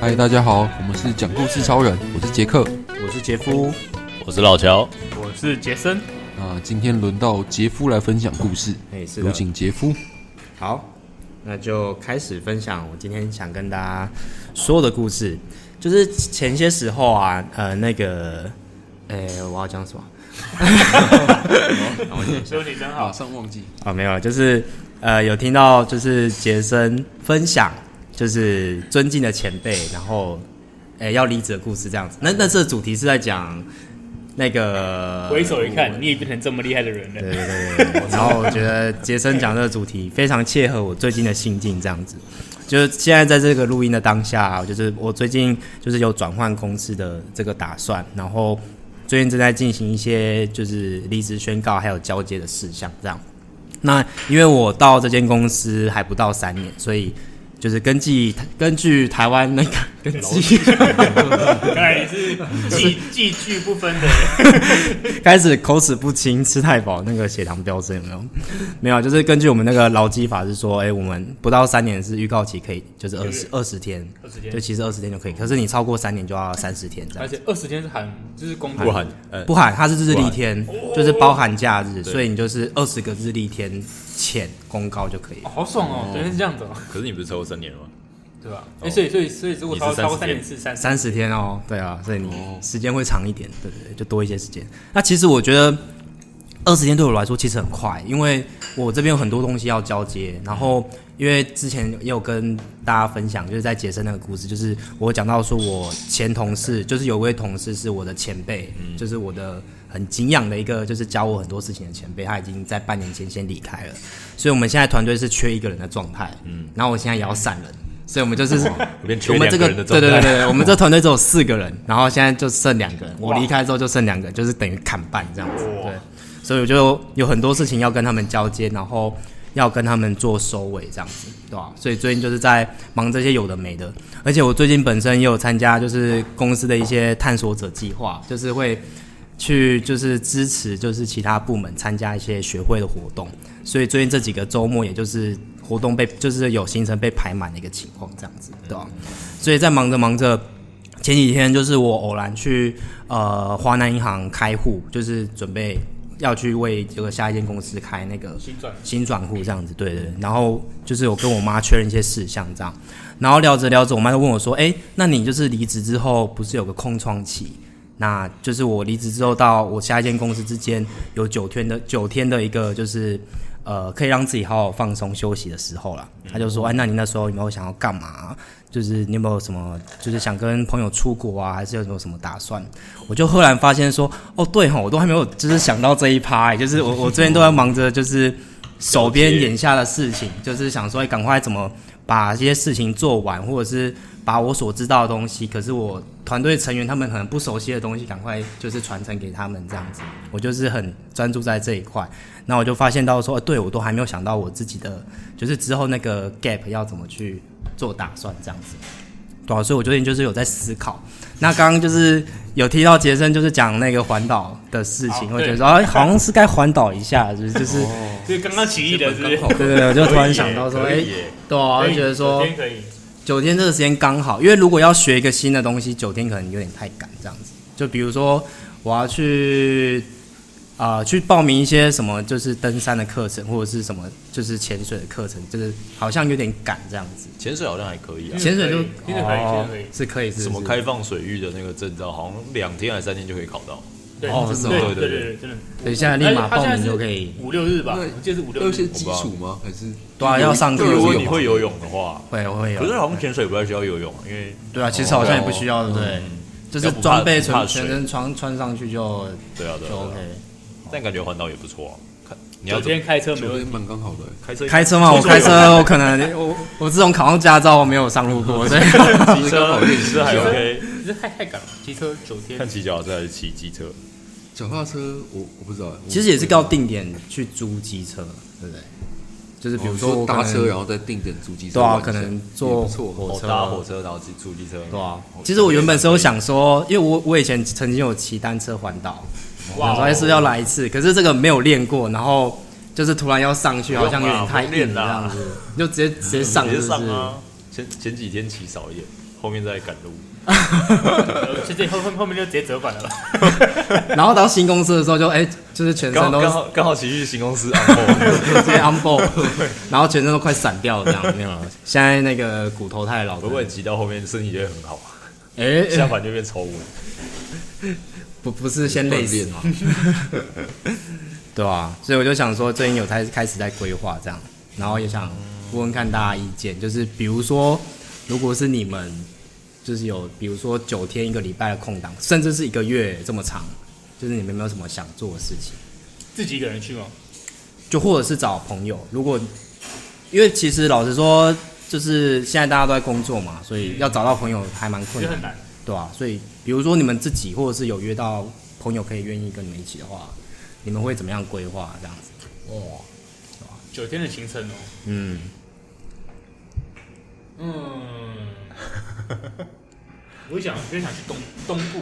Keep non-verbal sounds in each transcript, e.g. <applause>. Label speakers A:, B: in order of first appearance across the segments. A: 嗨，大家好，我们是讲故事超人，我是杰克。
B: 我是杰夫，
C: 我是老乔，
D: 我是杰森，
A: 那啊今天轮到杰夫来分享故事，
B: 哎，是
A: 有
B: 的，
A: 请杰夫。
B: 好，那就开始分享我今天想跟大家说的故事，就是前些时候啊，呃，那个，哎，我要讲什么？
D: 身体真好。
A: 马上忘记，
B: 啊，没有了，就是呃，有听到就是杰森分享，就是尊敬的前辈，然后诶、要离职的故事这样子。那那这主题是在讲那个
D: 回首一看，你也变成这么厉害的人了。
B: 呃对对对对对，然后我觉得杰森讲这个主题非常切合我最近的心境，这样子。就是现在在这个录音的当下啊、就是我最近就是有转换公司的这个打算，然后最近正在进行一些就是离职宣告还有交接的事项，这样。那因为我到这间公司还不到三年，所以就是根据根据台湾那个根据。
D: 当然你是既
B: <laughs>
D: 既剧不分的，
B: 开始口齿不清，吃太饱，那个血糖飙升有没有？没有，就是根据我们那个劳基法是说，哎、我们不到三年是预告期，可以就是二十二十天，
D: 20天
B: 就其实二十天就可以。可是你超过三年就要三十天这
D: 而
B: 样。
D: 且二十天是含就是公
C: 不含，呃，
B: 不喊，它是日历天，就是包含假日，所以你就是二十个日历天前公告就可以了
D: 哦。好爽哦，原来是这样子哦，
C: 可是你不是超过三年了吗？
D: 对吧？
B: 哦
D: 哎，所以所以所以如果
C: 你
D: 超
C: 是
D: 超过
C: 30
D: 三点四三，
B: 三十天哦，对啊，所以你时间会长一点，对对对，就多一些时间。那其实我觉得二十天对我来说其实很快，因为我这边有很多东西要交接，然后因为之前也有跟大家分享，就是在杰森那个故事，就是我讲到说我前同事，就是有位同事是我的前辈，
C: 嗯
B: 就是我的很敬仰的一个，就是教我很多事情的前辈，他已经在半年前先离开了，所以我们现在团队是缺一个人的状态，嗯，然后我现在也要散人。所以我们
C: <laughs>
B: 就是
C: 我变缺
B: 我们
C: 两
B: 这
C: 个
B: 个
C: 人的
B: 对
C: 状
B: 对
C: 态。
B: 对对，我们这团队只有四个人，然后现在就剩两个人。我离开之后就剩两个人，就是等于砍半这样子。对，啊所以我就有很多事情要跟他们交接，然后要跟他们做收尾这样子，对吧、所以最近就是在忙这些有的没的，而且我最近本身也有参加就是公司的一些探索者计划，就是会。去就是支持，就是其他部门参加一些学会的活动，所以最近这几个周末，也就是活动被就是有行程被排满的一个情况，这样子，对吧、所以在忙着忙着，前几天就是我偶然去呃华南银行开户，就是准备要去为这个下一间公司开那个
D: 新转
B: 新转户这样子，对对对。然后就是我跟我妈确认一些事项这样，然后聊着聊着，我妈就问我说：“哎、那你就是离职之后不是有个空窗期？那就是我离职之后到我下一间公司之间有九天的九天的一个就是呃可以让自己好好放松休息的时候啦。”她就说：“哎、那你那时候有没有想要干嘛？就是你有没有什么就是想跟朋友出国啊，还是有什么什么打算？”我就赫然发现说：“哦，对吼，我都还没有就是想到这一趴、哎就是我我最近都在忙着就是。”手边眼下的事情，就是想说，哎赶快怎么把这些事情做完，或者是把我所知道的东西，可是我团队成员他们可能不熟悉的东西，赶快就是传承给他们这样子。我就是很专注在这一块，那我就发现到说，呃对我都还没有想到我自己的，就是之后那个 gap 要怎么去做打算这样子。对、啊，所以我最近就是有在思考。那刚刚就是有提到杰森，就是讲那个环岛的事情，
D: 好
B: 我觉得
D: 对
B: 说哎好像是该环岛一下，就是就是。
D: 就是刚刚起义的，是不是？
B: <laughs> 对对对，我就突然想到说，哎、
C: 可以耶
B: 对啊，我就觉得说
D: 可以可以，
B: 九天这个时间刚好，因为如果要学一个新的东西，九天可能有点太赶这样子。就比如说我要去啊、去报名一些什么，就是登山的课程，或者是什么就是潜水的课程，就是好像有点赶这样子。
C: 潜水好像还可以啊，
B: 潜水就
D: 潜嗯水可以
B: 哦
D: 潜水可以
B: 是可以是不是
C: 什么开放水域的那个证照，好像两天还是三天就可以考到。
D: 对
B: 哦
D: 对
B: 是吗
D: 对对
C: 对哦对
D: 对，真的。
B: 等一下立马报名就可以。
D: 五六日吧，
A: 对
D: 我记得是五六
A: 要
D: 日
A: 先。基础吗？还是
B: 对啊，要上课
A: 就
C: 如果
A: 是
C: 你会游泳的话，
B: 会会
C: 可是
B: 有，
C: 好像潜水不太需要游泳，因为
B: 哦对啊，其实好像也不需要，对不对？就是
C: 不怕
B: 装备
C: 哦不怕
B: 全全
C: 水
B: 身穿穿上去就
C: 对啊对
B: 就
C: 啊对
B: OK
C: 啊。。但感觉环岛也不错啊，看你要
D: 九
C: 怎么
D: 天开车没
A: 九
D: 问
A: 天
D: 题，
A: 蛮刚好的欸？
C: 开车，
B: 开车嘛，我开车，我可能我我自从考上驾照，我没有上路过，
C: <laughs>
B: 所以 <laughs>
C: 骑车，
B: 啊
C: 骑车还 OK，
D: 你这太太赶了，骑车九天
C: 看，骑脚踏车还是骑机车，
A: 脚踏车我我不知道欸，我
B: 其实也是到定点去租机车，对不对？就是比如说
A: 哦
B: 我
A: 你搭
B: 可能
A: 车，然后再定点租机车
B: 对啊，
A: 玩一下
B: 可能
A: 也
B: 坐
A: 不错。
B: 火
C: 哦
B: 车，啊
C: 搭火车然后骑出机车，哦
B: 对啊。其实我原本是有想说，因为我我以前
C: 哦
B: 曾经有骑单车环岛，我想说还是不是要来一次，可是这个没有练过，然后就是突然要上去，好像有点太
C: 不
B: 硬
C: 用
B: 了这
C: 啦
B: 样子，你就直接直接上，
C: <laughs> 直
B: 是
C: 接
B: 不
C: 上
B: 是？
C: 啊！前前几天骑少一点，后面再赶路。
D: 直接后后后面就直接折返了吧？
B: <laughs> 然后到新公司的时候就哎，就是全身
C: 刚好
B: 都
C: 刚好刚好骑去新公司
B: <laughs>
C: 然后
B: 直接 unfold，然后全身都快散掉了这样，没有了。现在那个骨头太老了，
C: 如果你骑到后面，身体就会很好，
B: 哎，
C: 下盘就变超稳。
B: 不不是先累死吗？对啊，所以我就想说，最近有开开始在规划这样，然后也想问问看大家意见，就是比如说，如果是你们就是有，比如说九天一个礼拜的空档，甚至是一个月这么长，就是你们有没有什么想做的事情？
D: 自己一个人去吗？
B: 就或者是找朋友，如果因为其实老实说，就是现在大家都在工作嘛，所以要找到朋友还蛮
D: 其
B: 困
D: 实
B: 难
D: 很
B: 的，
D: 难。
B: 对啊，所以比如说你们自己或者是有约到朋友可以愿意跟你们一起的话，你们会怎么样规划这样子？
D: 九天的行程哦，
B: 嗯，
D: 嗯，我想我想 <laughs> 去东东部，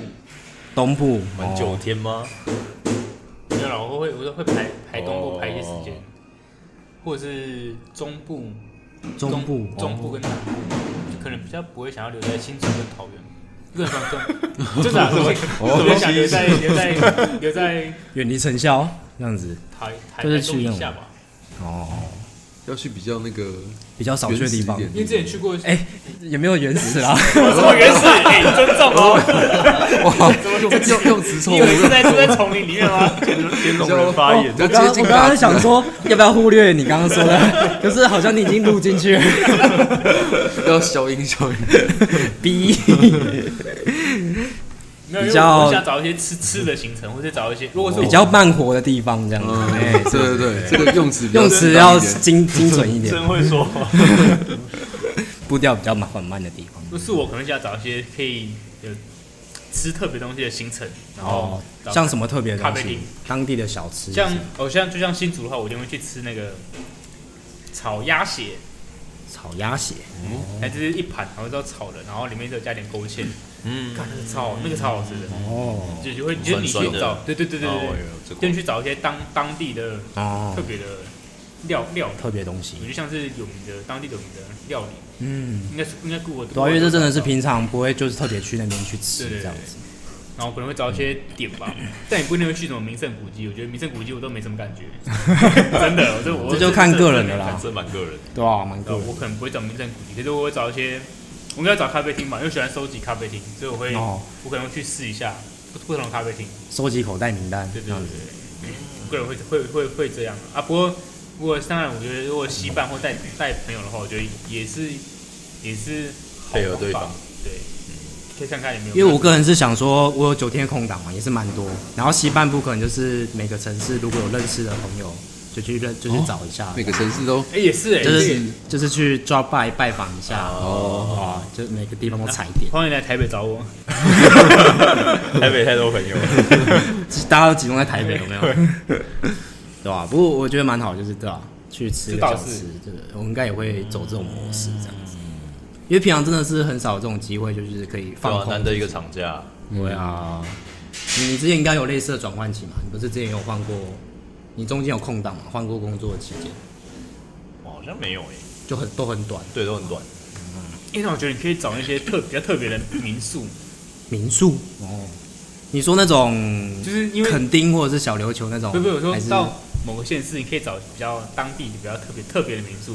B: 东部哦
C: 玩九天吗？
D: 没有啦，我会我都会排排东部
C: 哦
D: 排一些时间，或者是中部、
B: 哦中部
D: 中部跟南部，就可能比较不会想要留在新竹跟桃园。不
B: <laughs>
D: 能放就是
B: 哦
D: 啊，我我比较想留在留在留在
B: 远离尘嚣这样子
D: 台台
B: 就是
D: 台
B: 去
D: 东
B: 那
D: 一
B: 种
D: 下吧，
B: 哦，
A: 要去比较那个
B: 比较少去
A: 原
B: 的
A: 始
B: 地
A: 一
B: 方，
A: 点。
D: 因为之前去过，
B: 哎、有没有原始啦？
D: 什么
B: <laughs>
D: 原始？哎，尊重哦，
A: <laughs> 哇，用用用词错
D: <laughs> 你
A: 误
D: 以。为是在住在丛林里面吗？
B: <laughs>
C: 天龙人发言，
B: 我刚我刚刚想说要不要忽略你刚刚说的，可是好像你已经录进去了。
A: 要消音
B: <laughs>
A: 消音。
B: 逼，
D: 没有，因
B: 比
D: 为
B: 较
D: 我想找一些吃吃的行程，或者找一些，如果是我
B: 比较慢活的地方这样子。
A: 嗯
B: 哎，
A: 对对对，这个用词比较
B: <laughs> 用词要
A: 正当一点
B: 精精准
D: <laughs>
B: 一点，
C: 真会说话。
B: 步调比较慢缓慢的地方。
D: 不是我可能想找一些可以有吃特别东西的行程，然
C: 哦
D: 后找
B: 哦像什么特别的
D: 哦咖
B: 东
D: 啡
B: 西
D: 厅？
B: 当地的小吃，
D: 像哦像就像新竹的话，我一定会去吃那个炒鸭血，
B: 炒鸭血，
C: 哦
D: 哎，就是一盘，然后都炒的，然后里面都有加点勾芡，
C: 嗯，
D: 看那个超那个超好吃的，
B: 哦
D: 就就会就是你
C: 酸
D: 去
C: 酸的
D: 找，对对对对
C: 哦我
D: 对
C: 有
D: 对，
C: 这
D: 就
C: 个
D: 你去找一些当当地的
B: 哦
D: 特，别的料料理，
B: 特别东西
D: 我，就像是有名的当地有名的料理，
B: 嗯，
D: 应该是应该顾我
B: 对啊，因为这真的是
D: 平。
B: 平常不会就是特别去那边去吃
D: 对对对
B: 这样子，
D: 然后可能会找一些点
B: <laughs>
D: 吧，但也不一定会去什么名胜古迹。我觉得名胜古迹我都没什
B: <laughs>
D: 么感觉，真的，我这我
B: 这就看个人
D: 真
B: 的
D: 没有感
B: 啦
D: 觉。
C: 这蛮个人 <laughs> 的。
B: 对啊，蛮
D: 对
B: 个
D: 我
B: 人
D: 可能不会找名胜古迹，可是我会找一些，我应该找咖啡厅吧，因为我喜欢收集咖啡厅，所以我会，
B: 哦，
D: 我可能会去试一下不不同的咖啡厅。
B: 收集口袋名单，嗯
D: 对
B: 这
D: 对对
B: 样
D: 对
B: 子，
D: 对我个人会会会会这样啊。不过如果当然，我觉得如果西半或带带朋友的话，我觉得也是也是好
C: 配合
D: 方
C: 对
D: 法
C: 方，
D: 对，嗯可以看看有没有。
B: 因为我个人是想说，我有九天空档嘛，也是蛮多。然后西半部可能就是每个城市如果有认识的朋友，就去认
D: 哦
B: 就去找一下，
A: 每个城市都
D: 哎也是哎，
B: 就
D: 这个
B: 是就是去抓拜拜访一下，
A: 哦，
B: 啊，就每个地方都踩一
D: <laughs>
B: 点，
D: 欢迎来台北找我。
C: 台北太多朋友了，
B: 大家都集中在台北，有没有？对吧、不过我觉得蛮好，就是对吧、去吃个
D: 这倒
B: 小
D: 是
B: 吃，这个我应该也会走这种模式这样子，因为平常真的是很少有这种机会，就是可以
C: 对
B: 放
C: 啊，
B: 空
C: 难得一个长假，
B: 对啊，你你之前应该有类似的转换期嘛？你不是之前有换过？你中间有空档嘛？换过工作的期间
C: 我好像没有诶，欸
B: 就很都很短。
C: 对，都很短。
D: 因为我觉得你可以找那些特比较特别的民宿，
B: 嗯民宿哦，你说那种
D: 就是因为
B: 垦丁或者是小琉球那种，
D: 不不，我说
B: 还是
D: 到某个县市，你可以找比较当地比较特别特别的民宿。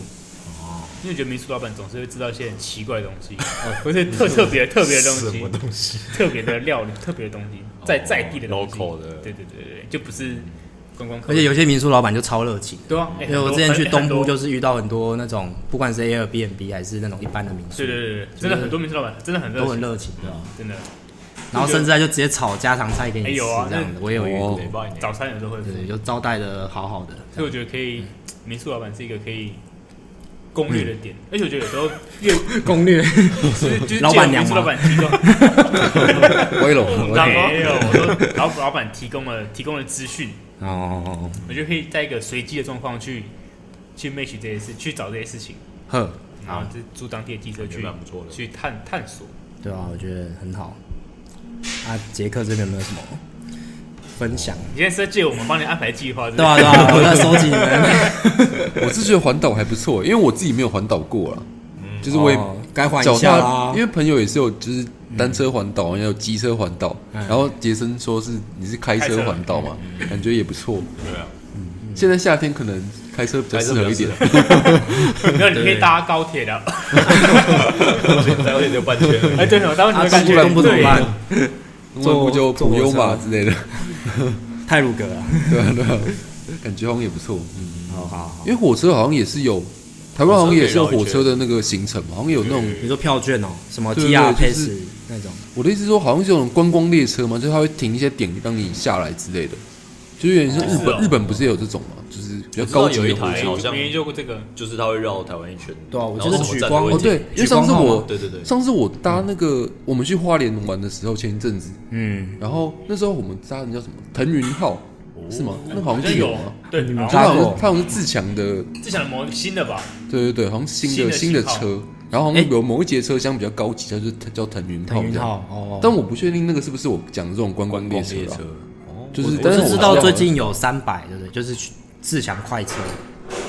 B: 哦
D: 因为我觉得民宿老板总是会知道一些很奇怪的东西，不是特特别特别的东
C: 什么
D: 西，
C: 东西？
D: 特别的料理，特别的东西，
B: 哦
D: 在在地的东西
C: local 的
D: 对对对对，就不是观光客。
B: 而且有些民宿老板就超热情。
D: 对啊，哎
B: 因为我之前去东部，就是是遇到很多那种，不管是 Airbnb 还是那种一般的民宿
D: 对，对对对，真的很多民宿老板真的很热
B: 都很
D: 情，
B: 热情，对吧？
D: 真的
B: 然后甚至他就直接炒家常菜给你
D: 哎
B: 吃，
D: 有啊
B: 这样子，我也有遇
A: 哦
B: 过，
C: 礼拜年
D: 早餐有时候会有，
B: 对，就招待的好好的。
D: 所以我觉得可以，民宿老板是一个可以攻略的点，而且我觉得有时候越
B: 攻略，
D: 就是就是
B: 老板娘
D: 民宿
B: 吗
D: 老板提供
A: 威龙，
B: <laughs>
D: 没有，我说老老板提供了提供了资讯，
B: 哦，
D: 我就可以在一个随机的状况去去 match 这些事，去找这些事情，
B: 呵，
D: 然后就租当地的机车去
C: 感觉蛮不错的
D: 去探探索。
B: 对啊，我觉得很好。啊，杰克这边有没有什么分享，
D: 你现在是在借我们帮你安排计划，对不
B: 对啊对啊，我在收集你
A: <laughs>
B: 们，
A: 我是觉得环岛还不错，因为我自己没有环岛过啦，就是我也
B: 哦该还一
A: 脚
B: 下
A: 踏
B: 啦，
A: 因。为朋友也是有就是单车环岛，也有机车环岛，然后杰森说是你是开车环岛嘛， <laughs> 感觉也不错。
C: 对啊，
A: 现在夏天可能开车比较
C: 开
A: 适
C: 车比
A: 合
C: 较
A: 一点
C: 适，
D: <laughs> 没有，你可以搭高铁的。 <laughs>
C: 在外面就半圈而 <laughs> 已。
D: 哎，对，我当时
B: 啊，
D: 会
B: 东
D: 感
B: 部东部
D: 觉
B: 怎么办？
A: <laughs> 中不就
B: 坐
A: 普悠
B: 坐火
A: 玛
B: 车
A: 之类的，
B: 泰鲁格啊，
A: 对啊对啊，感觉好像也不错。
B: 哦好好好，
A: 因为火车好像也是有，台湾好像也是有火车的那个行程嘛，好像有那种，
B: 你说票券哦，什么
A: 对
B: T
A: 对
B: R
A: 就
B: P
A: 是
B: S 那种，
A: 我的意思是说好像是有那种观光列车嘛，就是它会停一些点让你下来之类的，就有点像日
D: 是
A: 本，
D: 哦
A: 日本不是也有这种嘛，就是比较高级的哦火
C: 我知道有一台
A: 车。
C: 好像
D: 没研究过这个，
C: 就是他会绕台湾一圈，
B: 对啊我
C: 然
B: 觉
C: 后
B: 得
C: 什么
B: 举
C: 站
B: 光
C: 都会
A: 哦，
C: 停
A: 对，因为上次
B: 举光
A: 我
B: 号吗
C: 对对对
A: 上次我搭那个我们去花莲玩的时候，前一阵子，
B: 嗯，
A: 然后那时候我们搭的叫什么腾云号是吗？那个好
D: 好
A: 像
D: 像
A: 就有
D: 有
A: 啊，，
D: 对，
B: 你们
A: 它
D: 好
A: 好像
B: 搭过
A: 是它好像是自强的
D: 像之前的模新的吧？
A: 对对对，好像新的
D: 新
A: 新
D: 的
A: 的
D: 型号
A: 车，然后好
B: 诶
A: 像有某一节车厢比较高级，它就是叫腾云号
B: 腾
A: 这
B: 云
A: 样。
B: 号哦，
A: 但我不确定那个是不是我讲的这种观光列
C: 观光啊
A: 车
C: 列
A: 啦
C: 车，，
A: 就是
B: 我
A: 但是
B: 是知道
A: 我
B: 最近有三百，对不对？就是去自强快车，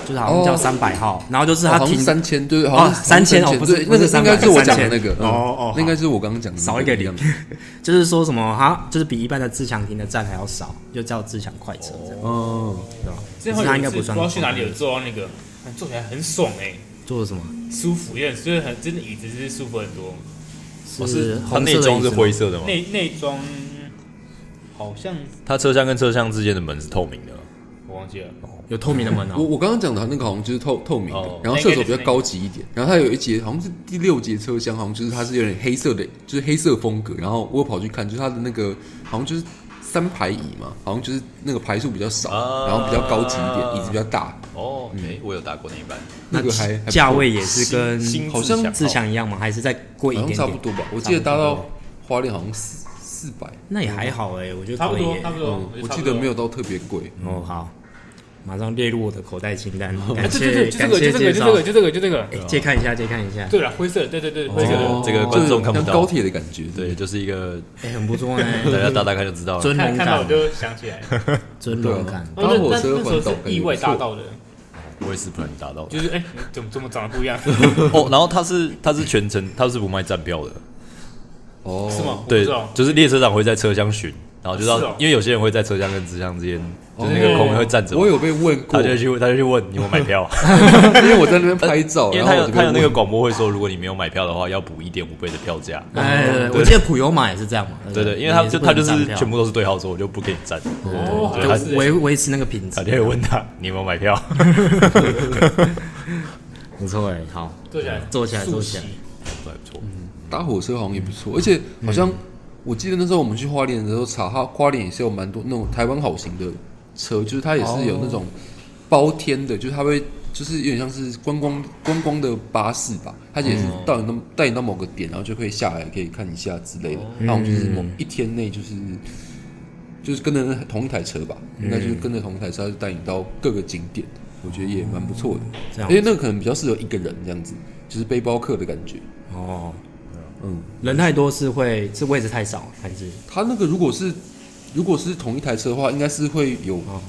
B: 就是好像
A: 哦
B: 叫三百号，然后就是
A: 哦
B: 它
A: 好像
B: 停
A: 三千，对，好
B: 哦
A: 像
B: 三千哦，不是
A: 对
B: 不
A: 那个应该
B: 300
A: 是我讲的那
B: 3000
A: 个，嗯
B: 哦哦，
A: 那应该
B: 好
A: 是我刚刚讲的那
B: 少一个零
A: 样，
B: <laughs> 就是说什么它就是比一般的自强停的站还要少，就叫自强快车这样，
A: 嗯，
B: 对吧？
D: 之前
B: 可是它
D: 有
B: 应
D: 一
B: 该不
D: 次不知
B: 算
D: 道去哪里有坐到那个，坐起来很爽哎，
B: 做什么？
D: 舒服，也很就是很真的椅子是舒服很多。
A: 哦
C: 我
B: 是
C: 它
B: 红
C: 内
B: 色的椅
C: 装是
B: 子吗
C: 灰色的吗？
D: 内内装好像
C: 它车厢跟车厢之间的门是透明的，
D: 我忘记了，
B: 有透明的门
A: <laughs> 我
B: 哦，
A: 我刚刚讲的那个好像就是透透明的
C: 哦，
A: 然后
D: 那个
A: 厕所比
D: 就
A: 较
D: 是
A: 高级一点，然后它有一节好像是第六节车厢，好像就是它是有点黑色的，就是黑色风格，然后我有跑去看，就是它的那个好像就是。三排椅嘛，好像就是那个排数比较少，
C: 啊
A: 然后比较高级一点，椅子比较大，
C: 哦，哎，我有搭过那一班，
A: 那个还还不错
B: 价位也是跟
C: 新新
A: 好像
B: 自强一样吗？还是再贵一
A: 好
B: 点
A: 像
B: 点？
A: 差不多吧。我记得搭到花莲好像四四百，
B: 那也还好哎，我觉得
D: 差不
B: 可以
D: 多
B: 耶
D: 差。不多
A: 嗯，，我
D: 差
A: 记
D: 不
A: 得
D: 多
A: 没有。到特别贵。
B: 哦，好，马上列入我的口袋清单。
D: 哎
B: 感
D: 对对对，
B: 谢感
D: 就这个，就
B: 谢
D: 这个，
B: 介
D: 就
B: 绍
D: 这。个，就这个，就这个。
B: 哎借看一下，借看一下，
D: 对了，灰色，对对对，灰
C: 这
D: 色
C: 个
D: 的
A: 哦
C: 这个观众看不
A: 像
C: 到
A: 高铁的感觉，
C: 对，就是一个
B: 哎，很不错
C: 大
B: 哎，
C: 家搭搭看就知道了。
B: 尊
D: 看
B: 荣
D: 看到我
B: 感，
D: 就想
A: <laughs>
D: 起来了，
B: 尊
A: 对
B: 荣
A: 啊
B: 感。
A: 搭
D: 哦
A: 火
D: 那
A: 车
D: 那那
A: 环
D: 时
A: 岛
D: 候
A: 感
D: 是意
A: 觉
D: 外
A: 不
D: 搭
A: 错。
D: 到的，
C: 我也是不小心搭到的，
D: 就是哎，你怎么怎么长得不一样？
C: 哦，然后它是它是全程它是不卖站票的，
A: 哦，
D: <laughs> 是吗？我不
C: 对
D: 知道，
C: 就是列车长会在车厢巡，然后就
D: 哦是
C: 到
D: 哦，
C: 因为有些人会在车厢跟车厢之间，就是那个空
B: 哦
C: 位会站着嘛，
A: 我有被问过
C: 他，就去他就去问你有没有
B: <laughs>
C: 买票，
A: <laughs> 因为我在那边拍照，
C: 因为
A: 然
C: <laughs> 他
A: 后
C: 有
A: 我就
C: 他
A: 被
C: 有那个
A: 问。
C: 广播会说，如果你没有买票的话，要补一点五倍的票价。
B: 哎，我记得普悠玛也是这样嘛。
C: 对
B: 不
C: 对，因为他
B: 也
C: 就
B: 不能
C: 他就是
B: 站票
C: 全部都是对号座，我就不给你站。
D: 哦，好
C: 对
D: 像
C: 他
D: 是
B: 维维持那个品
C: 他
B: 质，
C: 就会问他你有没有买票，
B: 不错哎，好，
D: 坐起来，
B: 坐起来坐起来
D: 竖起
B: 嗯
C: <laughs> 还不错。
A: 搭火车好像也不错，而且好像我记得那时候我们去花莲的时候查，它花莲也是有蛮多那种台湾好行的车，就是它也是有那种包天的，就是它会就是有点像是观光观光的巴士吧，它也是到你到带你到某个点，然后就可以下来可以看一下之类的，然后就是某一天内就是。就是跟着同一台车吧，应该就是跟着同一台车，它就带你到各个景点，我觉得也蛮不错的。
B: 这样
A: 而且那个可能比较适合一个人这样子，就是背包客的感觉。
B: 哦，
A: 嗯，
B: 人太多是会是位置太少还是？
A: 它那个如果是如果是同一台车的话，应该是会有
B: 哦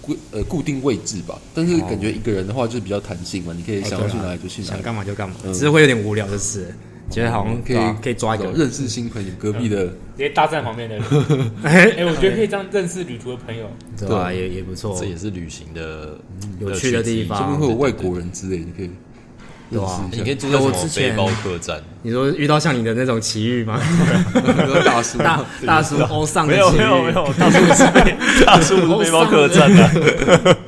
A: 固呃固定位置吧。但是感觉一个人的话就是比较弹性嘛，你可以想要去哪里就去哪
B: 想
A: 里，
B: 干嘛就干嘛，只是会有点无聊的事，觉得好像
A: 嗯可
B: 对啊
A: 以
B: 可以抓一个人。
A: 认识新朋友，隔壁的
D: 直接搭站旁边的
A: <laughs>
D: 人。
B: 哎，
D: 哎，我觉得可以这样认识旅途的朋友，
B: 对吧？也也不错
C: 这，也是旅行的
B: 嗯有趣的地方
A: 这边会有外国人之类，你可以
B: 对
A: 认
B: 吧？
A: 识
C: 之
A: 一
C: 一。你
A: 下。
C: 可以住在什
B: 我
C: 么
B: 之前
C: 背包客栈？
B: 你说遇到像你的那种奇遇吗？
A: 大叔，
B: <laughs>
C: <laughs>
B: 大大叔欧上的
C: 没有
B: 奇遇
C: 没有没
B: <laughs>
C: 有，大叔不是背大叔不是背包客栈的， <laughs>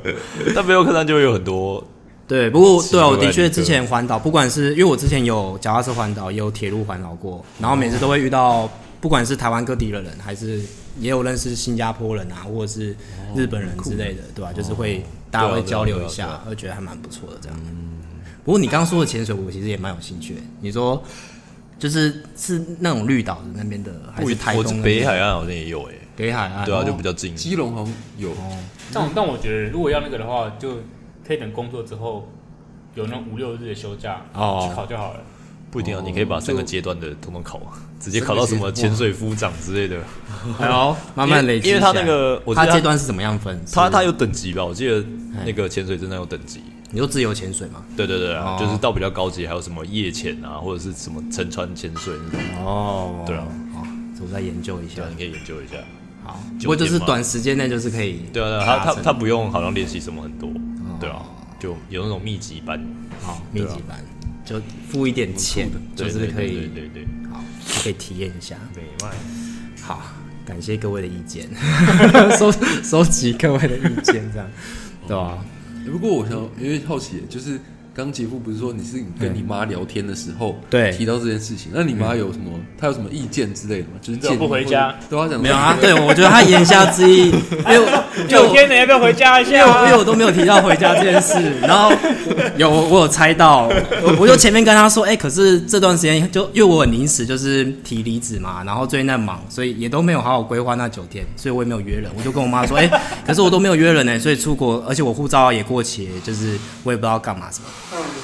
C: 但背包客栈就会有很多
B: 对，不过
C: 奇
B: 对啊，我
C: 怪
B: 的确
C: 的
B: 之前环岛，不管是因为我之前有脚踏车环岛，也有铁路环岛过，然后每次都会遇到，不管是台湾各地的人，还是也有认识新加坡人啊，或者是日本人之类的，对吧、就是会大家
C: 哦对啊
B: 会
C: 对啊
B: 交流一
C: 对啊对
B: 下
C: 啊，嗯
B: 会觉得还蛮不错的这样。不过你刚刚说的潜水，我其实也蛮有兴趣的。你说就是是那种绿岛的那边的，还
C: 不
B: 是
C: 一
B: 台
C: 我
B: 东的
C: 北海岸好像也有哎，
B: 北海岸？
C: 对啊，
B: 哦
C: 就比较近。
A: 基隆好像有，
D: 但但我觉得如果要那个的话，就可以等工作之后有那种五六日的休假
B: 哦
D: 去考就好了。
C: 不一定啊，你可以把三个阶段的通通考，啊
B: 哦
C: 直接考到什么
A: 三个阶段
C: 潜水夫长之类的。
B: 还有慢慢累积
C: 因为
B: 起来
C: 他那个我记
B: 他
C: 得
B: 阶段是怎么样分？
C: 他
B: 是
C: 他有等级吧？我记得那个潜水真的有等级。
B: 你说自由潜水嘛？
C: 对对对啊
B: 哦，
C: 就是到比较高级，还有什么夜潜啊，或者是什么沉船潜水那种，
B: 哦，
C: 对啊，
B: 好，这我再研究一下
C: 对啊，。你可以研究一下。
B: 好，
C: 酒
B: 不过就是
C: 店嘛
B: 短时间内就是可以
C: 对啊，对啊
B: 达
C: 他他
B: 成
C: 他不用好像练习什么很多，对
B: 哦
C: 啊，就有那种密集班，
B: 好密
C: 啊
B: 集班，就付一点钱，就
C: 对
B: 是
C: 对
B: 可
C: 对对
B: 以
C: 对对。
B: 好，就可以体验一下。
D: 美外，
B: 好，感谢各位的意见， <laughs> 收收集各位的意见，这样
C: 哦
B: 对啊吧？
A: 欸不过我想因为好奇，就是刚杰夫不是说你是跟你妈聊天的时候
B: 对嗯
A: 提到这件事情，那你妈有什么她有什么意见之类的吗？就是
D: 怎么
A: 建议
D: 不回家
A: 或者对她讲
B: 没有啊， <laughs> 对，我觉得他言下之
C: <laughs>
B: 意，因为我因为
D: 九
B: 我
D: 天了，要不要回家一
B: 因为
D: 下
B: 我因为
D: 啊？
B: 我都没有提到回家这件事，然后有我我有猜到，我我就前面跟他说，哎、可是这段时间就因为我很临时就是提离职嘛，然后最近在忙，所以也都没有好好规划那九天，所以我也没有约人，我就跟我妈说，哎、可是我都没有约人呢、所以出国，而且我护照也过期，就是我也不知道干嘛什么，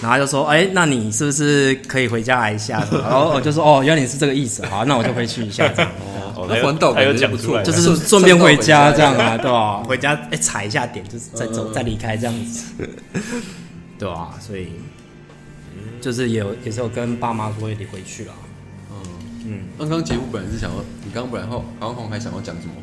B: 然后他就说，哎、那你是不是可以回家来一下？然后我就说，哦，原来你是这个意思，好，那我就回去一下这样。
C: 哦
A: 那环岛
C: 他有
A: 感觉
C: 讲
A: 不
C: 出
A: 错
C: 来，
B: 就是顺便回家这样啊，对吧、 <laughs> 嗯回家哎、踩一下点，就是再走、再离开这样子，对啊？所以嗯就是也有也是有跟爸妈说你回去了，
A: 刚刚杰夫本来是想要，你刚刚本来好好像还想要讲什么？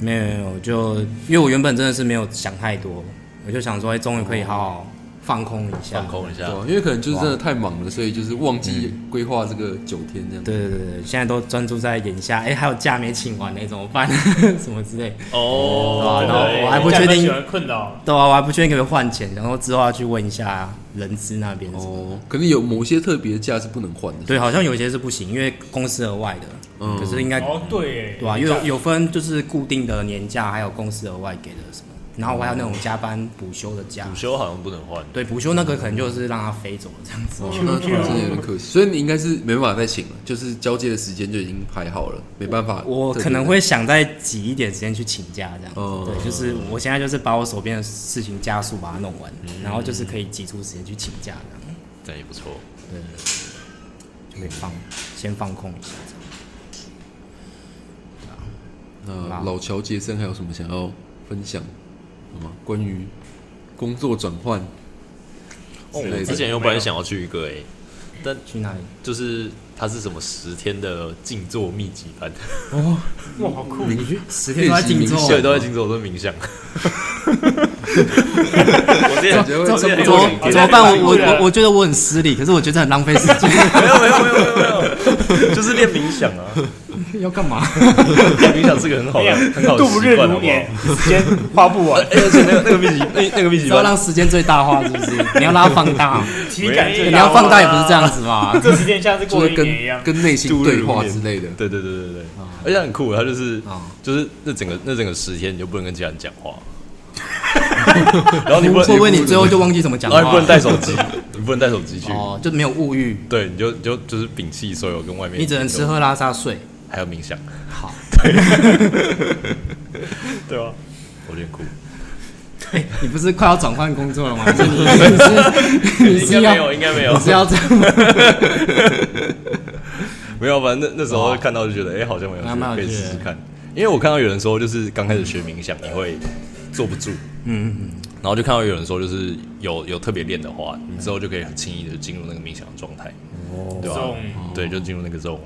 B: 没有没有，就因为我原本真的是没有想太多，我就想说哎，终、于可以好好放空一下，
C: 放空一
A: 对
C: 下，
A: 啊，因为可能就是真的太忙了，所以就是忘记规划这个九天这样。
B: 对对对对，现在都专注在眼下，哎、还有假没请完呢、怎么办？ <laughs> 什么之类，
C: 哦
B: 对然后我还
D: 对
B: 不确定
D: 家人喜欢困扰，
B: 对啊，我还不确定可不可以换钱，然后之后要去问一下人资那边。哦，
A: 哦，可能有某些特别假是不能换的。
B: 对，好像有些是不行，因为公司额外的，
A: 嗯
B: 可是应该
D: 哦对耶，
B: 对吧、啊因为有有分就是固定的年假，还有公司额外给的什么，然后我还有那种加班补休的假
C: 午。休好像不能换，
B: 对，补休那个可能就是让他飞走了这样子。
A: 哦，那真的有点可惜，所以你应该是没办法再请了，就是交接的时间就已经排好了，没办法。
B: 我可能，会想再挤一点时间去请假这样子。
A: 哦
B: 对，就是我现在就是把我手边的事情加速把它弄完，然后就是可以挤出时间去请假这样，
C: 这样也不错。
B: 就可以放先放空一下这样。
A: 那老乔杰森还有什么想要分享的吗？关于工作转换之
C: 哦，我
A: 类
C: 之
A: 的。
C: 前有本来想要去一个欸诶，但
B: 去哪里？
C: 就是它是什么十天的静坐密集班，
D: 哇好酷，
A: 明
B: 十天都在静
A: 练
B: 坐
A: 习冥想
C: 对，都在静坐，都是冥想。我之前
A: 感觉会
C: 我之
A: 差
C: 前
A: 不
B: 怎
A: 多
C: 有
A: 两
B: 么
C: 点
A: 天
B: 怎么办？我我我我觉得我很失礼，可是我觉得很浪费时间。
C: 没有没有没有没有没有，就是练冥想啊，
B: <laughs> 要干嘛？
C: 练冥想是个很好
D: 哎
C: 的
D: 呀
C: 很好的
D: 度日
C: 习惯，好
D: 如
C: 不好
D: 年？，时间花不
C: <laughs>
D: 完，
C: 而且那个那个密集那那个密集
B: 是要
C: 班，
B: 让时间最大化，是不是？你要拉放大，
D: 体感最
B: 你
D: 大
B: 要放大也不是
D: 化
B: 这样子嘛？
D: 这时间像是
A: 就
D: 过了
A: 是
D: 一
A: 跟
D: 年一样，
A: 跟内心对话之类的。
C: 对对对对对，而且很酷，他就是
B: 啊
C: 就是那整个那整个十天你就不能跟其他人讲话，然后你不
B: 会
C: 能
B: 不会你最后就忘记怎么讲
C: 然后
B: 话？
C: 你不能带手机，你不能带手机去，
B: 哦，就没有物欲，
C: 对，你就你就就是摒弃所有跟外面，
B: 你只能吃，喝拉撒睡。
C: 还有冥想，
B: 好， <laughs>
D: 对
C: 啊
D: 吧？
C: 我觉得很酷。
B: 哎你不是快要转换工作了吗？你是你是你
C: 应
B: 是
C: 该没
B: 要
C: 有，应哦该没
B: 你
C: 有，
B: 是要这样吗？ <laughs>
C: 没有，反正那那时候看到就觉得，哎、好像蛮有
B: 还蛮
C: 趣，
B: 有
C: 可以
B: 趣的
C: 试试看。因为我看到有人说，就是刚开始学冥想，你会坐不住，嗯嗯嗯，然后就看到有人说，就是有有特别练的话，你之后就可以很轻易的进入那个冥想的状态，
B: 哦
C: 对吧、
D: Zone
C: 对，就进入那个 zone，、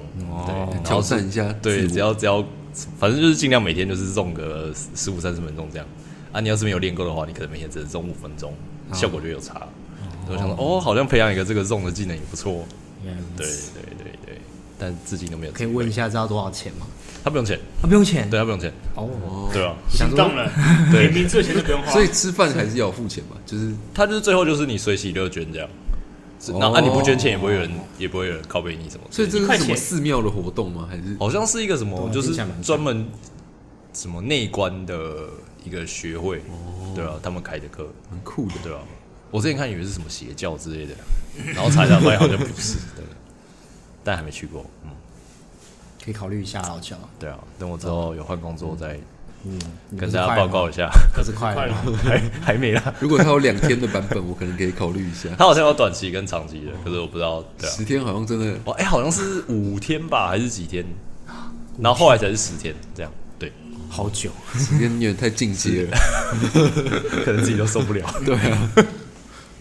C: 对，然
A: 挑
C: 后
A: 战一下自
C: 对，
A: 我，
C: 只要只要，反正就是尽量每天就是种个十五三十分钟这样。啊，你要是没有练够的话，你可能每天只能种五分钟，效果就有差。所以我想说，哦，好像培养一个这个种的技能也不错。对对对对，但至今都没有。
B: 可以问一，下，这要多少钱吗？
C: 他不用钱，
B: 啊，不用钱。
C: 对他不用钱，
B: 哦，
C: 对啊，
D: 心动了，
C: 对
D: 连名字的钱都不用花，
A: 所以吃饭还是要付钱嘛，就是
C: 他就是最后就是你随喜乐捐这样。是然后啊，你不捐钱也不会有人，也不会有人拷贝你什么。
A: 所以这
D: 一
A: 是
D: 块
A: 什么
D: 钱
A: 寺庙的活动吗？还是
C: 好像是一个什么，
B: 对
C: 就
B: 听
C: 是
B: 起来蛮像
C: 专门什么内观的一个学会，对啊，他们开的课，
A: 蛮酷的？
C: 对啊，我之前看以为是什么邪教之类的，然后查一下发现好像不 <laughs> 是，对，但还没去过，嗯，
B: 可以考虑一下老乔。
C: 对啊，等我之后有换工作再
B: 你不
C: 跟
B: 是
C: 大家
B: 快了
C: 报
B: 吗
C: 告一下， <laughs>
B: 可是快
D: 快
B: 了
D: 了
B: 吗，
C: 还还没啦。
A: 如果它有两天的版本，我可能可以考虑一下。
C: 他好像有短期跟长期的，哦可是我不知道。对啊，
A: 十天好像真的
C: 哦，哎、好像是五天吧，还是几天？然后后来才是十啊天，这样对，
B: 好久。
A: 十天有点太进阶
B: <laughs>
A: 了。
C: <laughs> 可能自己都受不了。
A: 对啊，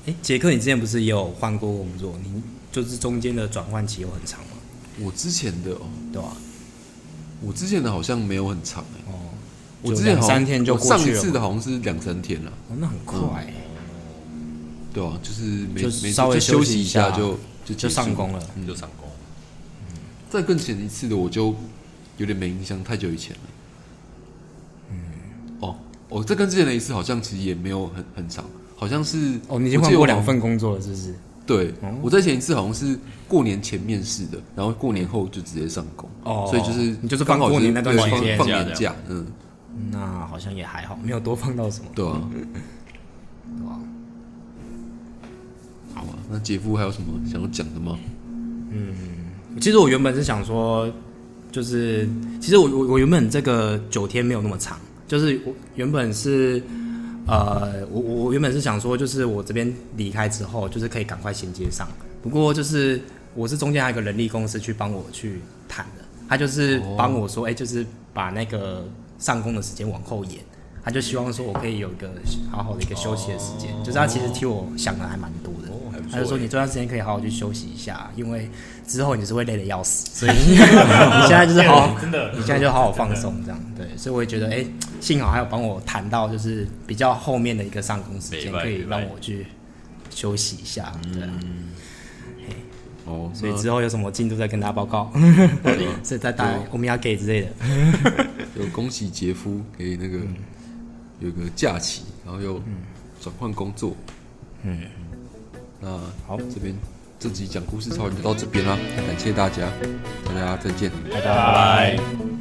B: 哎，杰克，你之前不是也有换过工作？你就是中间的转换期有很长吗？
A: 我之前的哦，
B: 对吧？
A: 我之前的好像没有很长哎、
B: 哦，
A: 我
B: 就
A: 之前
B: 两
A: 好像
B: 三天就
A: 我
B: 过
A: 上
B: 去
A: 一
B: 了
A: 次
B: 嘛。
A: 的好像是两三天了、啊
B: 哦，那很快欸，
A: 对啊，就是没
B: 就
A: 没事
B: 稍微
A: 就休
B: 息
A: 息
B: 一
A: 一
B: 下
A: 下就就
B: 就
A: 结束嗯
B: 上工。了。
C: 就上工，
A: 再更前一次的我就有点没印象，太久以前了。嗯，哦，哦，这跟之前的一次好像其实也没有很很长，好像是
B: 哦，你已经换过两。份哦工作了，是不
A: 我记
B: 是？
A: 得我对，我在前一次好像是过年前面试的，然后过年后就直接上工。
B: 哦
A: 所以就是
B: 你就是放过年那段
A: 刚好是
B: 时
A: 对
B: 间
A: 放
C: 这样
A: 放年假，嗯，
B: 那好像也还好，没有多放到什么。
A: 对啊。
B: 嗯
A: 好啊，那姐夫还有什么想要讲的吗？
B: 其实我原本是想说，就是其实我我我原本这个九天没有那么长，就是我原本是呃，我我我原本是想说，就是我这边离开之后，就是可以赶快衔接上。不过就是我是中间还有一个人力公司去帮我去谈的，他就是帮我说，哎、就是把那个上工的时间往后延。他就希望说，我可以有一个好好的一个休息的时间，就是他其实替我想的还蛮多的。
C: 哦还不错
B: 他就说，你这段时间可以好好去休息一下，因为之后你是会累得要死，所以你现在就是好好
D: 真的
B: 你现在就好好放松这样，对，所以我也觉得，哎、幸好还有帮我谈到就是比较后面的一个上工时间，
C: 明白
B: 可以
C: 明白嗯
B: 让我去休息一下，对啊、
A: 哦，
B: 所以
A: 那
B: 之后有什么进度再跟大家报告， <laughs> 所以再打我们要给之类的，
A: 就恭喜杰夫给那个
B: 嗯
A: 有一个假期，然后又转换工作。嗯，那
B: 好
A: 这边这集讲故事超人就到这边啦，感谢大家，大家再见。
B: 拜
D: 拜拜。